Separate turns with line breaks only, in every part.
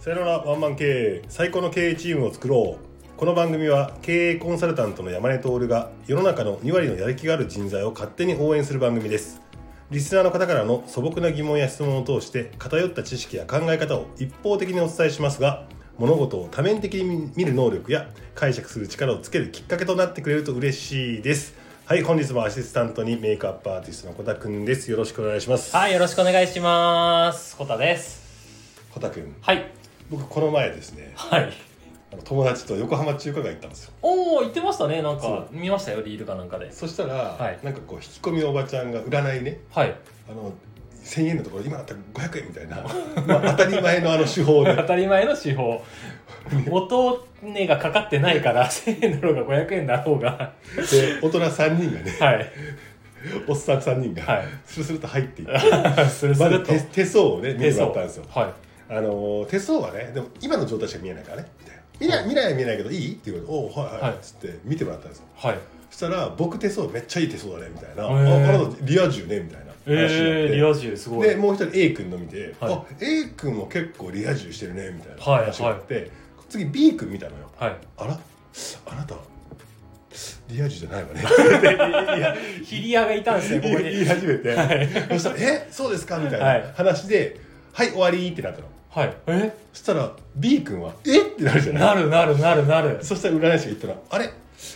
さよならワンマン経営最高の経営チームを作ろうこの番組は経営コンサルタントの山根徹が世の中の2割のやる気がある人材を勝手に応援する番組ですリスナーの方からの素朴な疑問や質問を通して偏った知識や考え方を一方的にお伝えしますが物事を多面的に見る能力や解釈する力をつけるきっかけとなってくれると嬉しいですはい本日もアシスタントにメイクアップアーティストの小田くんですよろしくお願いします
はい、よろしくお願いします。コタです。
小田くん
はい。
僕この前ですね
はい。
あの友達と横浜中華街行ったんですよ
おお、言ってましたね。なん
そ
か、見ましたよ、リールかなんかで。
そしたら、
はい
なんかこう引き込みおばちゃんが占いね
はい。
あの1000円のところ今だったら500円みたいな、まあ、当たり前のあの手法
当
で
たり前の手法。元値がかかってない から、1000円だろうが500円だろうが。
で大人3人がね
はい。
おっさん3人が、
はい
スルスルと入っていって
するす
まず
ると
手。手相をね見てもらったんですよ
はい。
あのー手相はねでも今の状態しか見えないからねみたいな未来未来は見えないけどいいっていうことでおうはいはい」
はい
っつって見てもらったんですよ
はい。
そしたら「僕手相めっちゃいい手相だね」みたいな「あ
へ
あ
ー
なたリア充ね」みたいな話になって
えー、リア充すごい。
で
はい。
もう一人 A 君の見て、
はい
あ A 君も結構リア充してるねみたいな
はい
話があって、次 B 君見たのよあらあなたリア充じゃないわねって
ヒリアがいたんですね、ここ
言い
に。
始めて、
はい
そしたら「えそうですか?」みたい
はい
な話で「はい、終わり」ってなったの
はい。え
そしたら B 君は「えっ?」てなるじゃない
なるなるなるなる。
そしたら占い師が言ったら「あれ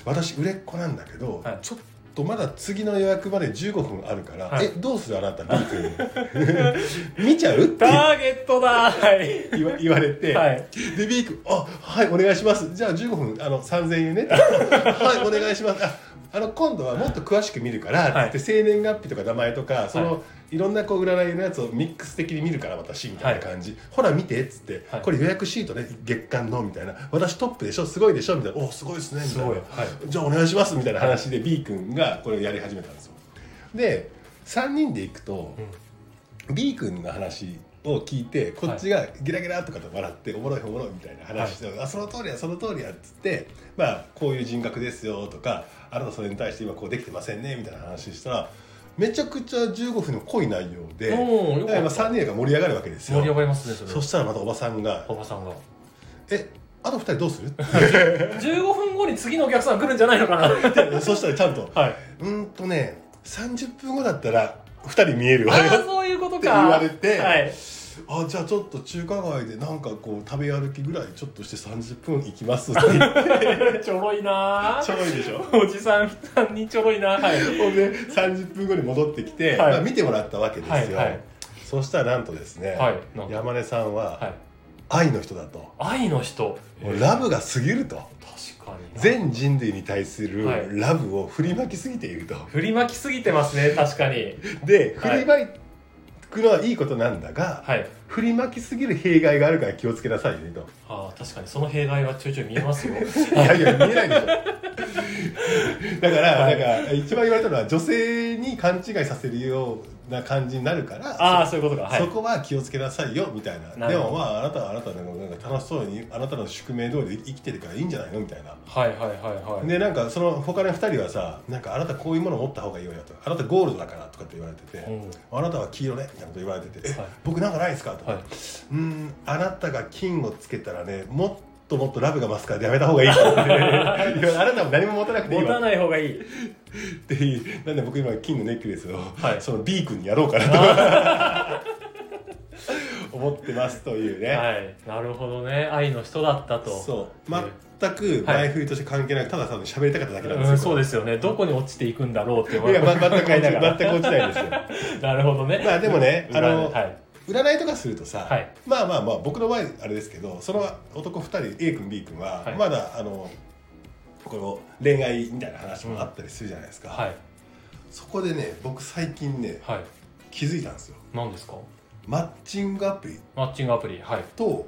私売れっ子なんだけど、
はい
ちょっとまだ次の予約まで15分あるから、
はい
えどうするあなた B 君 見ちゃう?」 って言って
ターゲットだはい。
言わ 言われて、
はい
で B 君「あはいお願いしますじゃあ15分あの3000円 ね」はいお願いします」ああの今度はもっと詳しく見るから」
はい
って生年月日とか名前とかその、、
はい
ろんなこう占いのやつをミックス的に見るから私みたいな感じ、ほら見てっつって、
はい
これ予約シートね月間のみたいな私トップでしょすごいでしょみたいなおすごいですねみたいな
すごいはい
じゃあお願いしますみたいな話で B 君がこれをやり始めたんですよで3人で行くと、B 君の話を聞いてこっちがギラギラとかと笑って、おもろいおもろいみたいな話して、あその通りやその通りやっつってまあこういう人格ですよとかあなたそれに対して今こうできてませんねみたいな話したらめちゃくちゃ15分の濃い内容で、
おーよかった
だからまあ3人が盛り上がるわけです
盛り上
よ
がりますね、それ。
そしたらまたおばさんが
おばさんが。
「えあと2人どうする?」って
15分後に次のお客さん来るんじゃないのかな
言って そしたらちゃんと「
はい。
うーんとね30分後だったら2人見えるわ
ああ、
よ
そういうこと
っ
か。
て言われて
はい。
あじゃあちょっと中華街でなんかこう食べ歩きぐらいちょっとして30分行きます って言って
ちょろいな
ちょろいでしょ
おじさんさんにちょろいなはい。
ほんで30分後に戻ってきて、
はい
まあ、見てもらったわけですよ、
はいはい
そしたらなんとですね、
はいなんと
山根さん
は。
はい愛の人だと、
愛の人。
もうラブが過ぎると
確かにな。
全人類に対す
は
る
い
ラブを振りまきすぎていると、
振りまきすぎてますね、確かに。
で振
はい
りまくのはいいことなんだが、
はい。
振りまきすぎる弊害があるから気をつけなさいねと。
ああ、確かにその弊害はちょいちょい見え ますよ。
いやいや、見えないでしょ。だから、
はい
なんか、一番言われたのは、女性に勘違いさせるような感じになるから、
ああ、そういうことか。はい
そ。こは気をつけなさいよ、みたいな。
な
で
るほど
も、まあ、あなたはあなたでも、なんか楽しそうに、あなたの宿命通り生きてるからいいんじゃないのみたいな。
はいはいはいはい。
で、なんか、その、他の二人はさ、なんか、あなたこういうもの持った方がいいよとか、あなたゴールドだから、とかって言われてて、
うん
あなたは黄色ね、みたいなこと言われてて、え
はい
僕なんかないですかとか、
はいう
ーんあなたが金をつけたらねもっともっとラブが増すからやめた方がいいと思って いやあなたも何も持たなくていい
持た
わ
ない方がいい。
っていうなんで僕今金のネックレスを、
はい
その B 君にやろうかな と思ってますというね、
はい。なるほどね。愛の人だったと。
そう全く前振りとして関係なく、ただただ喋りたかっただけなんですよ、
うん、そうですよね。どこに落ちていくんだろうって思
いや、ま、全く落ち
考えなが
全
ら。
く落ちないですよ
なるほどね。
まあでも ねあの、
はい。
占いとかするとさ、
はい
まあまあまあ僕の場合あれですけどその男2人 A 君 B 君は
はい
まだ、あのこの恋愛みたいな話もあったりするじゃないですか、
はい。
そこでね僕最近ね
はい。
気づいたんですよ
何ですか
マッチングアプリ
マッチングアプリ。はい。
と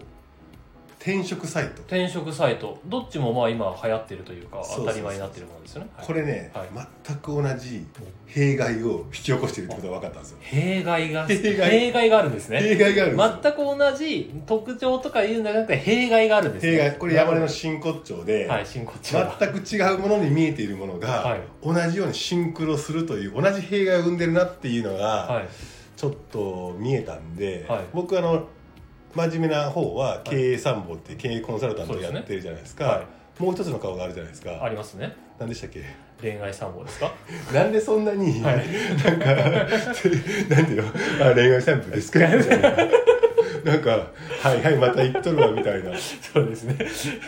転職サイト
転職サイトどっちもまあ今流行ってるという
そ
か
うそうそう
当たり前になってるものですよねはい
これね、
はい
全く同じ弊害を引き起こしているってことが分かったんですよ
弊害が
弊害
があるんですね
弊害があるんですよ
全く同じ特徴とかいうんじゃなくて弊害があるんですね
弊害これ山根の真骨頂で、
はい真骨頂
全く違うものに見えているもの
は
が
い
同じようにシンクロするという同じ弊害を生んでるなっていうのが
はい
ちょっと見えたんで、
はい
僕あの真面目な方は経営参謀っていう経営コンサルタントをやってるじゃないですか
そうですね
もう一つの顔があるじゃないです
あ
か
りますね
何でしたっけ
恋愛参謀ですか
なんでそんなに、
はい
なんかなんていうのあ恋愛散歩ですかみたい ななんかはいはいまた言っとるわみたいない
そうですね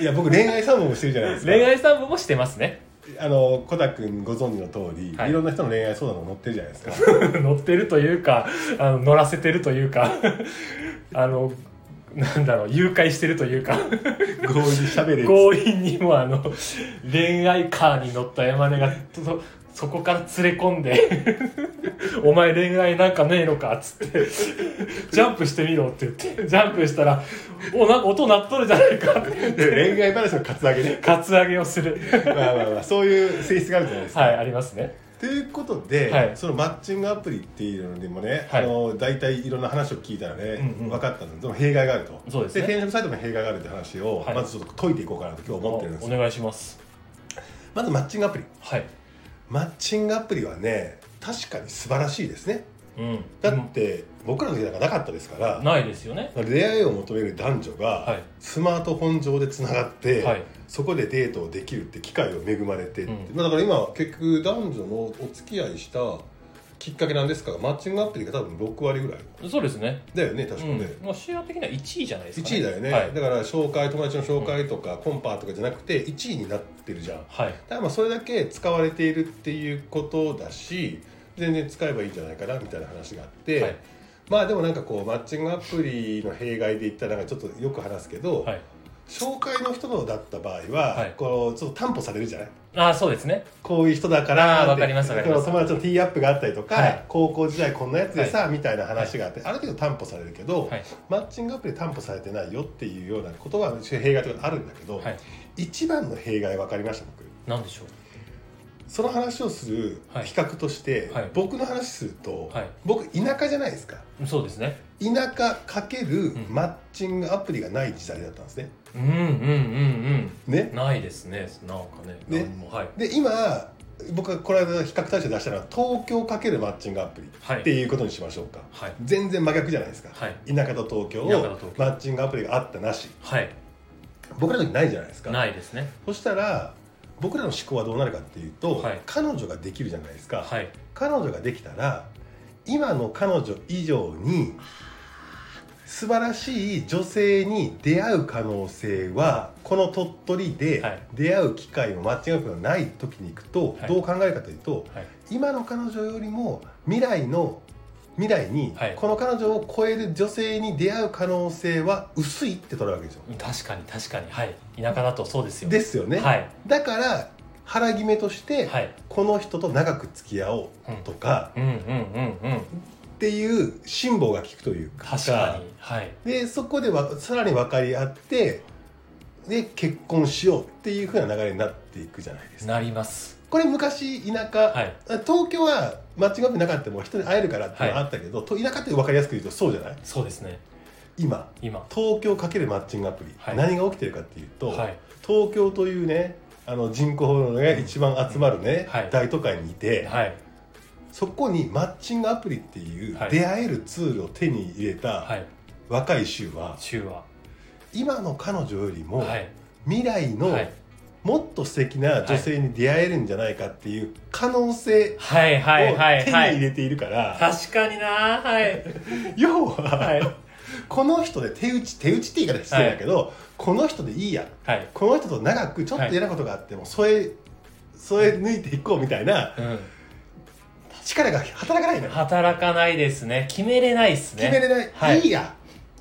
や僕恋愛散歩もしてるじゃないですか
恋愛参謀もしてますね
あのコタ君ご存知の通り、
はい
い、ろんな人の恋愛相談も載ってるじゃないですか
乗ってるというかあの乗らせてるというかあのなんだろう誘拐してるというか
強引に喋れっつって
強引にもあの恋愛カーに乗った山根がそそこから連れ込んで 「お前恋愛なんかねえのか」っつって「ジャンプしてみろ」って言ってジャンプしたら「おなんか音鳴っとるじゃないか」って
で恋愛話のカツアゲね
カツアゲをする
まあまあまあそういう性質があるじゃないですか、
はいありますね
ということで、
はい
そのマッチングアプリっていうのでもね、
はい
あの大体いろんな話を聞いたらね、
うんうん
分かったのででも弊害があると
そうですね
転職サイトも弊害があるって話を、
はい
まずちょっと解いていこうかなと今日思ってるんです
お願いします
まずマッチングアプリ
はい
マッチングアプリはね確かに素晴らしいですね
うん
だって、僕らの時代がなかったですから
ないですよね
出会いを求める男女
は
が
い
スマートフォン上でつながって、
はい
そこでデートをできるって機会を恵まれてって、
うん
まあだから今結局男女のお付き合いしたきっかけなんですからマッチングアプリが多分6割ぐらい
そうですね
だよね確か
う
ね、
んまあシェア的には1位じゃないですか、
1位だよね、
はい
だから紹介友達の紹介とか、コンパとかじゃなくて1位になってるじゃんだ
はい
からまあそれだけ使われているっていうことだし全然使えばいいんじゃないかなみたいな話があって、
はい
まあでもなんかこうマッチングアプリの弊害で言ったらなんかちょっとよく話すけど、
はい
紹介の人のだった場合は、
はい
こうちょっと担保されるじゃない
ああそうですね
こういう人だか
あ
ら
ーわ
で
かりますわかります
この友達のティーアップがあったりとか、
はい
高校時代こんなやつでさ、みたいな話があってある程度担保されるけど、
はい
マッチングアプリ担保されてないよっていうようなことは弊害とかあるんだけど、
はい
一番の弊害分かりました僕
なんでしょ
その話をする
はい
比較として、
はい
僕の話すると、
はい
僕田舎じゃないですか
うそうですね
田舎かける
ん
マッチングアプリがない時代だったんですね。
うんうんうんう
ね
んないですねなんかね
ね
なんもはい
で今僕がこの間比較対象出したのは東京かけるマッチングアプリ
はい
っていうことにしましょうか、
はい
全然真逆じゃないですか、
はい
田舎と東京を
田舎と東京
マッチングアプリがあったなし
はい
僕らの時ないじゃないですか
ないですね
そしたら僕らの思考はどうなるかっていうと、
はい
彼女ができるじゃないですか、
はい
彼女ができたら今の彼女以上に素晴らしい女性に出会う可能性はこの鳥取
は
で
い
出会う機会もマッチングアプリがない時に行くと
はい
どう考えるかというと
はい
今の彼女よりも未来の未来に
はい
この彼女を超える女性に出会う可能性は薄いって取るわけですよ。
確かに確かにはい田舎だとそうですよ
ですよね。
はい
だから腹決めとして
はい
この人と長く付き合おうとか、
うんうんうんうん
っていう辛抱が効くというか
確かにはい
でそこでわさらに分かり合ってで結婚しようっていう風な流れになっていくじゃないですか
なります
これ昔田舎、
はい
東京はマッチングアプリなかったも人に会えるからっていうのはあったけど、と田舎って分かりやすく言うとそうじゃない
そうですね
今
今
東京かけるマッチングアプリ、
はい
何が起きてるかっていうと、
はい
東京というねあの人口のね一番集まるね、
はい
大都会にいて、
はい
そこにマッチングアプリっていう
はい
出会えるツールを手に入れた
はい
若い衆は
中和
今の彼女よりも
はい
未来の
はい
もっと素敵な女性に出会えるんじゃないかっていう可能性
はい
を
はいは
手
い
に
は
入
い
れているから、
確かになはい
要
は い
はこの人で手打ち手打ちって言い方してるんだけど、この人でいいや
はい
この人と長くちょっと嫌なことがあっても添え添え抜いていこうみたいな
うん
力が働かないのよ
働かないですね決めれないですね
決めれない、
はい
い、いや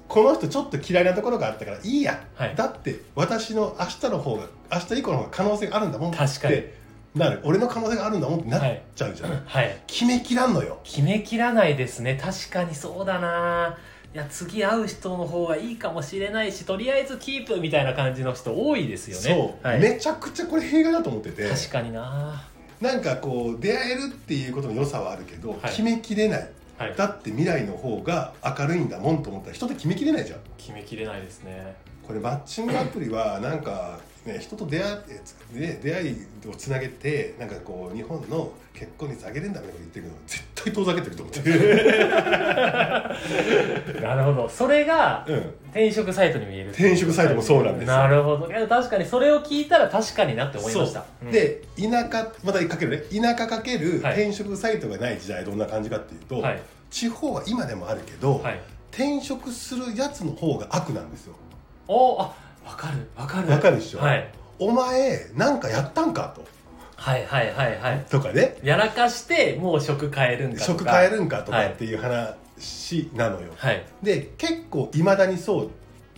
この人ちょっと嫌いなところがあったからいいや、
はい
だって私の明日の方が明日以降の方が可能性があるんだもん
確かに
ってなる俺の可能性があるんだもんってなっちゃうじゃん、
はい
決めきらんのよ
決めきらないですね確かにそうだないや次会う人の方がいいかもしれないしとりあえずキープみたいな感じの人多いですよね
そう、
はい、
めちゃくちゃこれ弊害だと思ってて
確かにな
なんかこう出会えるっていうことの良さはあるけど、
い
決めきれない
はい
だって未来の方が明るいんだもんと思ったら人って決めきれないじゃん
決めきれないですね
これマッチングアプリはなんかね、人と出会って、ね、出会いをつなげてなんかこう日本の結婚率上げれんだみたいなこと言ってるけど絶対遠ざけてると思ってる、
なるほどそれが
うん、
転職サイトに見える
転職サイトもそうなんですよ
なるほどいや確かにそれを聞いたら確かになって思いました
そう
うん
で田舎またかけるね田舎かける
はい
転職サイトがない時代どんな感じかっていうと、
はい
地方は今でもあるけど、
はい
転職するやつの方が悪なんですよ
おあわかるわかる
わかるでしょ
はい、
お前なんかやったんかと
はいはいはいはい
とかね
やらかしてもう職変えるんかと
職
か
変えるんかと
は
か
い
っていう話なのよ、
はい
で結構いまだにそ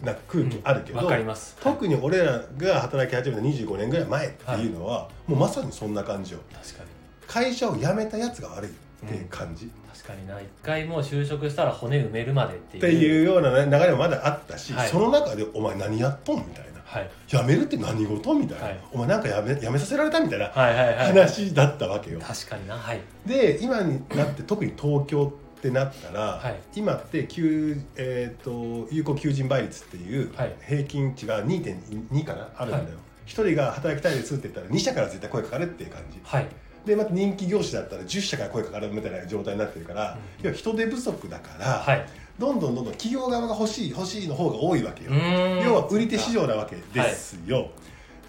うな空気あるけど、
うんわかります
特に俺らが働き始めた25年ぐらい前っていうのは、もうまさにそんな感じよ
確かに
会社を辞めたやつが悪いっていう感じ、
確かにな一回もう就職したら骨埋めるまでってい
っ
う
ていううような流れもまだあったし、
はい
その中で「お前何やっとん?」みたいな
はい
「辞めるって何事?」みたいな、
はい
お前なんか辞め辞めさせられた?」みたいな
はいはいはい
話だったわけよ。
確かになはい
で今になって特に東京ってなったら、
はい
今って求、えー、と有効求人倍率っていう
はい
平均値が2.2かなあるんだよ。
はい
1人が働きたいですって言ったら2社から絶対声かかるっていう感じ
はい
でまた人気業種だったら10社から声かかるみたいな状態になってるから、
うん
要は人手不足だから、
はい
どんどんどんどん企業側が欲しい欲しいの方が多いわけよ
うーん
要は売り手市場なわけですよ、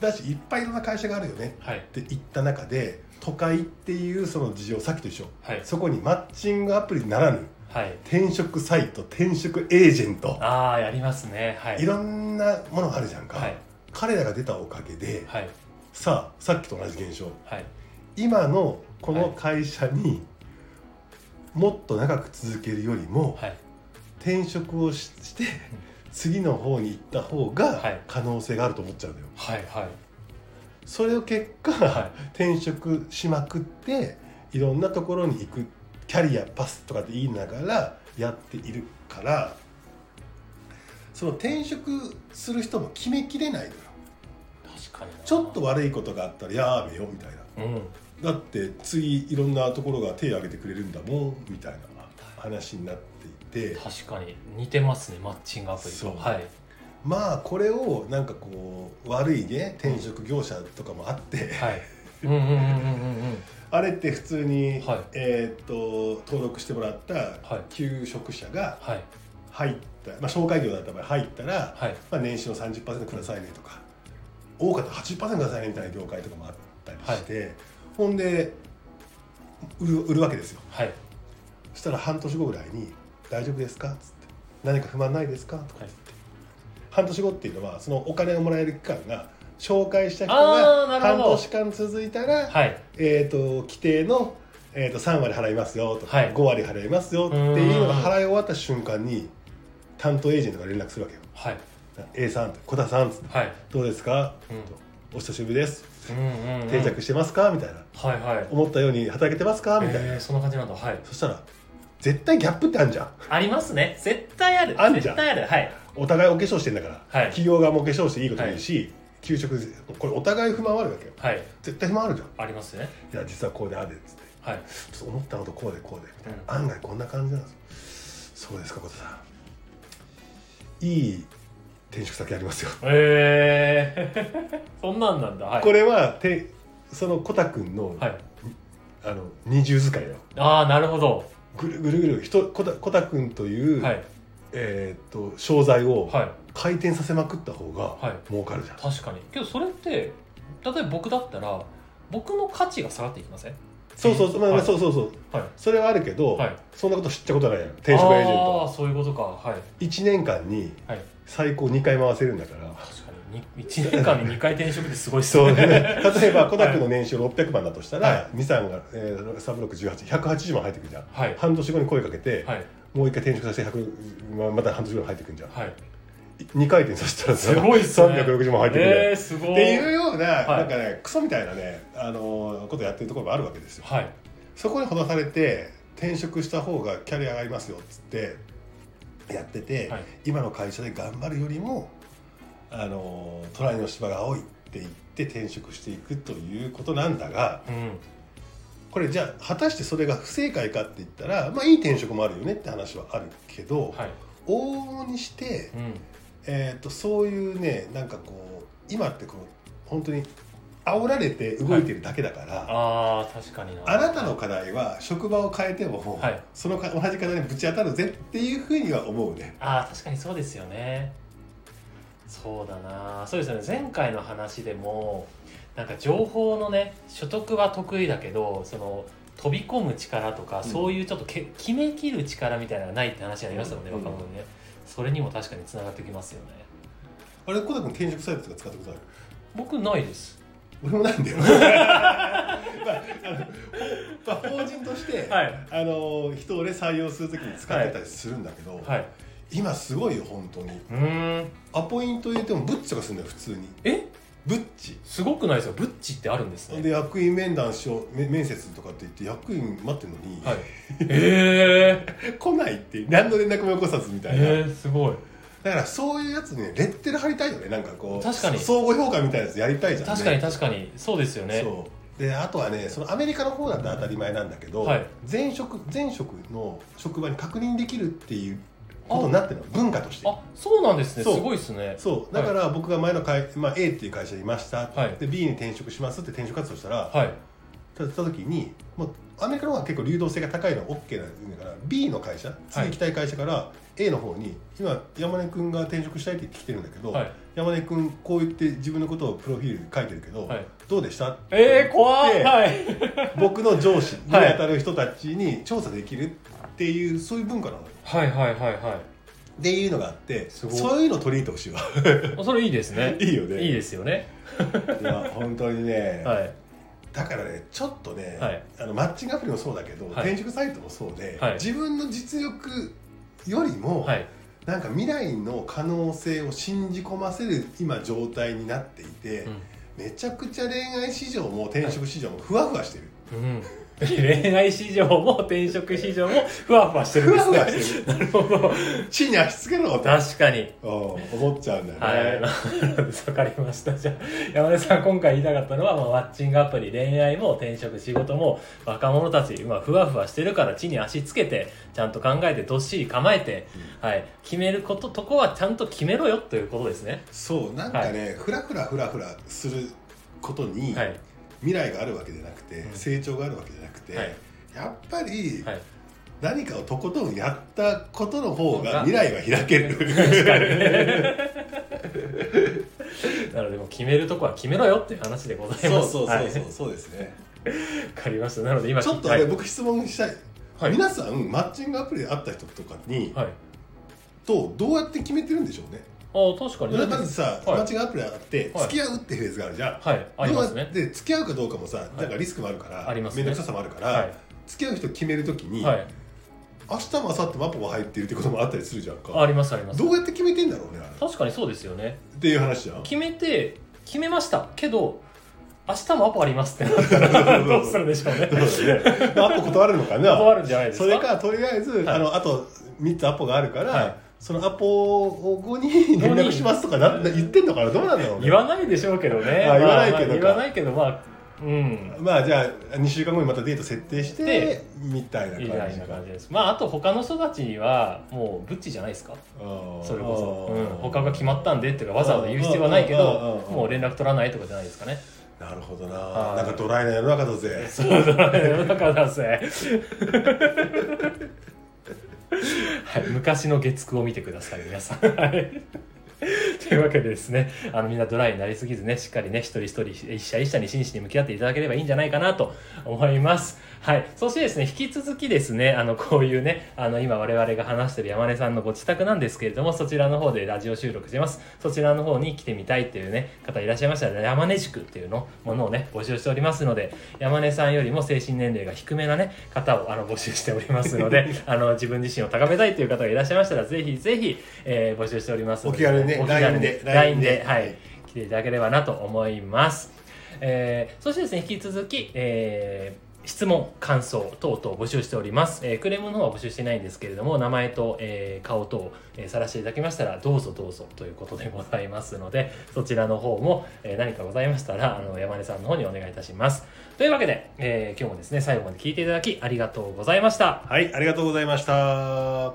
だしいっぱいいろんな会社があるよね
はい
って言った中で都会っていうその事情さっきと一緒
はい
そこにマッチングアプリならぬ
はい
転職サイト転職エージェント
ああやりますねはい
いろんなものがあるじゃんか、
はい
彼らが出たおかげで、
はい
さあさっきと同じ現象
はい
今のこの会社にもっと長く続けるよりも、
はい
転職をしして次の方に行った方が
はい
可能性があると思っちゃうのよ、
はいはい
それを結果、
は
転職しまくっていろんなところに行くキャリアパスとかって言いながらやっているからその転職する人も決めきれないのよ
確かにな
ちょっと悪いことがあったらやめようみたいな
うん
だって次いろんなところが手を挙げてくれるんだもんみたいな話になっていて
確かに似てますねマッチングアプリと
そう
はい
まあこれをなんかこう悪いね転職業者とかもあって
はいうんうんうんうんうんうん
あれって普通に、
はい
えーっと登録してもらった
はい
求職者が
はい
入った、まあ、紹介業だった場合入ったら、
はい
まあ、年収の30%くださいねとか多かったら80%くださいねみたいな業界とかもあったりして、ほんで売る売るわけですよ
はい
そしたら半年後ぐらいに「大丈夫ですか?」っつって「何か不満ないですか?」とか
はい
半年後っていうのはそのお金をもらえる期間が紹介した人
あー
が
なる
半
ほど
年間続いたら、
はい
えー、と規定の、えー、と3割払いますよとか、
はい
5割払いますよっていうのが払い終わった瞬間に担当エージェントが連絡するわけよ
はい
A さんと小田さんっつって
はい
どうですか、
うん
お久しぶりです
うんうんうん
定着してますかみたいな
はいはい
思ったように働けてますかみたいな、
えーそんな感じなんだはい
そしたら絶対ギャップってあるじゃん
ありますね絶対ある
あんじゃ
絶
ん
対あるはい
お互いお化粧してんだから、
はい
企業側もお化粧していいこと言うし、給食これお互い不満はあるわけよ
はい
絶対不満あるじゃん
ありますね
いや実はこうであれっつって
はい
ちょっと思ったのとこうでこうでみたいな、
う
案外こんな感じなんですよそうですか小田さんいい転職先ありますよ、
ええ そんなんなんだはい
これはてそのコタくんの,、
はい
あの二重使いだよ
ああなるほど
ぐるぐるぐるひとコタコタくんという、
はい
えーっと商材を
はい
回転させまくった方が
はい
儲かるじゃん、
確かにけどそれって例えば僕だったら僕の価値が下がっていきません
そうそうそう、まあまあ
はい
そうそうそう
はい
それはあるけど、
はい
そんなこと知ったことないやん転職エージェント
ああ
は
そういうことかはい
1年間に
はい
最高2回回せるんだから
確かに1年 間に2回転職ってすごいっす
そうね、
ね
例えばコダックの年収600万だとしたら、
は
ミサンが、えー、361880万入ってくるじゃん
はい
半年後に声かけて、
はい
もう一回転職させて100、まあ、また半年後に入ってくるんじゃん
はい
2回転させたらさ
すごいっすね
360万入ってくるじゃん、
えー、すごい
っていうような、
い
なんかねクソみたいなねあのーことやってるところもあるわけですよ
はい
そこにほだされて転職した方がキャリア上がりますよっつってやってて、
はい
今の会社で頑張るよりもあの隣の芝が青いって言って転職していくということなんだが
うん
これじゃあ果たしてそれが不正解かって言ったらまあいい転職もあるよねって話はあるけど、
はい
往々にして
う、ん
えー、とそういうねなんかこう今ってこう本当に煽られて動いてるだけだから、
ああ確かにな
あなたの課題は職場を変えても、
はい
そのか同じ課題にぶち当たるぜっていうふうには思うね
あー確かにそうですよねそうだなそうですよね前回の話でもなんか情報のね所得は得意だけどその飛び込む力とか、
ん
そういうちょっとけ決めきる力みたいなのがないって話がありましたもんね、
うん
若者にねそれにも確かにつながってきますよね
あれ小田君転職サイトとか使ったことある
僕ないです
俺もないんだよ、まああのまあ法人として、
はい
あの人をね採用するときに使ってたりするんだけど、
はい
今すごいよ本当に
うーん
アポイント入れてもブッチとかするんだよ普通に
え
ブッチ
すごくないですよブッチってあるんですね
で役員面談しようめ面接とかって言って役員待ってるのに、
はいえー、
来ないって何の連絡もよこさずみたいな、
えー、すごい
だからそういうやつねレッテル貼りたいよねなんかこう
確かに
相互評価みたいなやつやりたいじゃん、ね、
確かに確かにそうですよね
そうであとはねそのアメリカの方だったら当たり前なんだけど、
はい
前職前職の職場に確認できるっていうことになってるの文化として
あそうなんですねす
そう
ごいですね
そうだから僕が前の会、まあ、A っていう会社にいました、
はい
で B に転職しますって転職活動したら、
はい
ただった時にもうアメリカの方が結構流動性が高いのは OK なんだから B の会社次行きたい会社から A の方に今山根君が転職したいって言ってきてるんだけど、
はい
山根君こう言って自分のことをプロフィールに書いてるけど、
はい
どうでした
えー、怖い、
で
はい、
僕の上司に当たる人たちに調査できるっていうそういう文化なのよ
はいはいはいは
っていうのがあって
すごい
そういうの取り入れてほしいわ
い それいいです ね
いいよね
いいですよね
いや本当にね、
はい
だからねちょっとね、
はい
あのマッチングアプリもそうだけど、
い
転職サイトもそうで、
はい
自分の実力よりも、
はい
なんか未来の可能性を信じ込ませる今状態になっていて、めちゃくちゃ恋愛市場も転職市場もふわふわしてる、
うん、うん、恋愛市場も転職市場もふわふわしてるんです
ふ
ね
わふわしてる
なるほど
地に足つけろって
確かに
うん思っちゃうんだよね、
はい、 わかりました。じゃあ、山根さん、今回言いたかったのは、まあ、マッチングアプリ、恋愛も転職、仕事も、若者たち、まあ、ふわふわしてるから、地に足つけて、ちゃんと考えて、どっしり構えて、はい、決めること、とこはちゃんと決めろよ、ということですね。
そうなんかね、ふらふらふらふらすることに
はい、
未来があるわけじゃなくて、
うん
成長があるわけじゃなくて、
はい
やっぱり
はい。
何かをとことんやったことの方
そうか
が未来は開ける
なので、もう決めるとこは決めろよ、っていう話でございま す。
そうそう
は
そう
い
そうそうですね、
わかりました。なので、今、
ちょっとあれ、
はい、
僕質問したい、
はい
皆さんマッチングアプリで会った人とかに、
はい。
とどうやって決めてるんでしょうね
ああ、確かに。
まずさ、
はい
マッチングアプリで会って
はい
付き合うってフェーズがあるじゃん、
はい、ありますね。
で付き合うかどうかもさなんかリスクもあるから、
ありますね
面倒くささもあるから、
は
付き合う人決めるとき
い。
に、
はい。
明日も明後日もアポが入ってるってこともあったりするじゃんか
あります、あります。
どうやって決めてんだろうねあれ
確かにそうですよね。
っていう話じ ゃん
決めて決めましたけど明日もアポありますってなったらどうするんでしょうね
そうだねまあアポ断るのか な
断るんじゃないですか
それかとりあえず、
はい
あのあと3つアポがあるから、
はい
そのアポを後に連絡しますとかなな言ってんのかなどうなんだろうね
言わないでしょうけどね
あ言わないけどか
まあ言わないけどまあうん
まあじゃあ2週間後にまたデート設定して
で
みたいな
みた
感
い
じ
な
か
感じですまああと他の人たちにはもうブッチじゃないですかそれこそ、うん、他が決まったんでっていうかわざわざ言う必要はないけ
うんうんうん
ど
うん
もう連絡取らないとかじゃないですかね
たなるほどな、
はい
なんかドライな世の中だぜ
そう だね世の中だぜはい、昔の月9を見てください皆さんはい というわけでですねあのみんなドライになりすぎずねしっかりね一人一人一社一社に真摯に向き合っていただければいいんじゃないかなと思いますはいそしてですね引き続きですねあのこういうねあの今我々が話してる山根さんのご自宅なんですけれどもそちらの方でラジオ収録してますそちらの方に来てみたいっていうね方いらっしゃいましたら、ね、山根塾っていうのものをね募集しておりますので山根さんよりも精神年齢が低めなね方をあの募集しておりますのであの自分自身を高めたいという方がいらっしゃいましたらぜひぜひ、えー募集しております
お気軽にね
お気軽に
LINE で LINE
LINE で
で
は
はい
い、来ていただければなと思います。えーそしてですね、引き続き、えー質問、感想等々募集しております。えークレームの方は募集してないんですけれども、名前と、えー顔等、えー晒していただきましたら、どうぞどうぞということでございますので、そちらの方も、えー何かございましたら、あの、山根さんの方にお願いいたします。というわけで、えー今日もですね、最後まで聞いていただきありがとうございました。
はいありがとうございました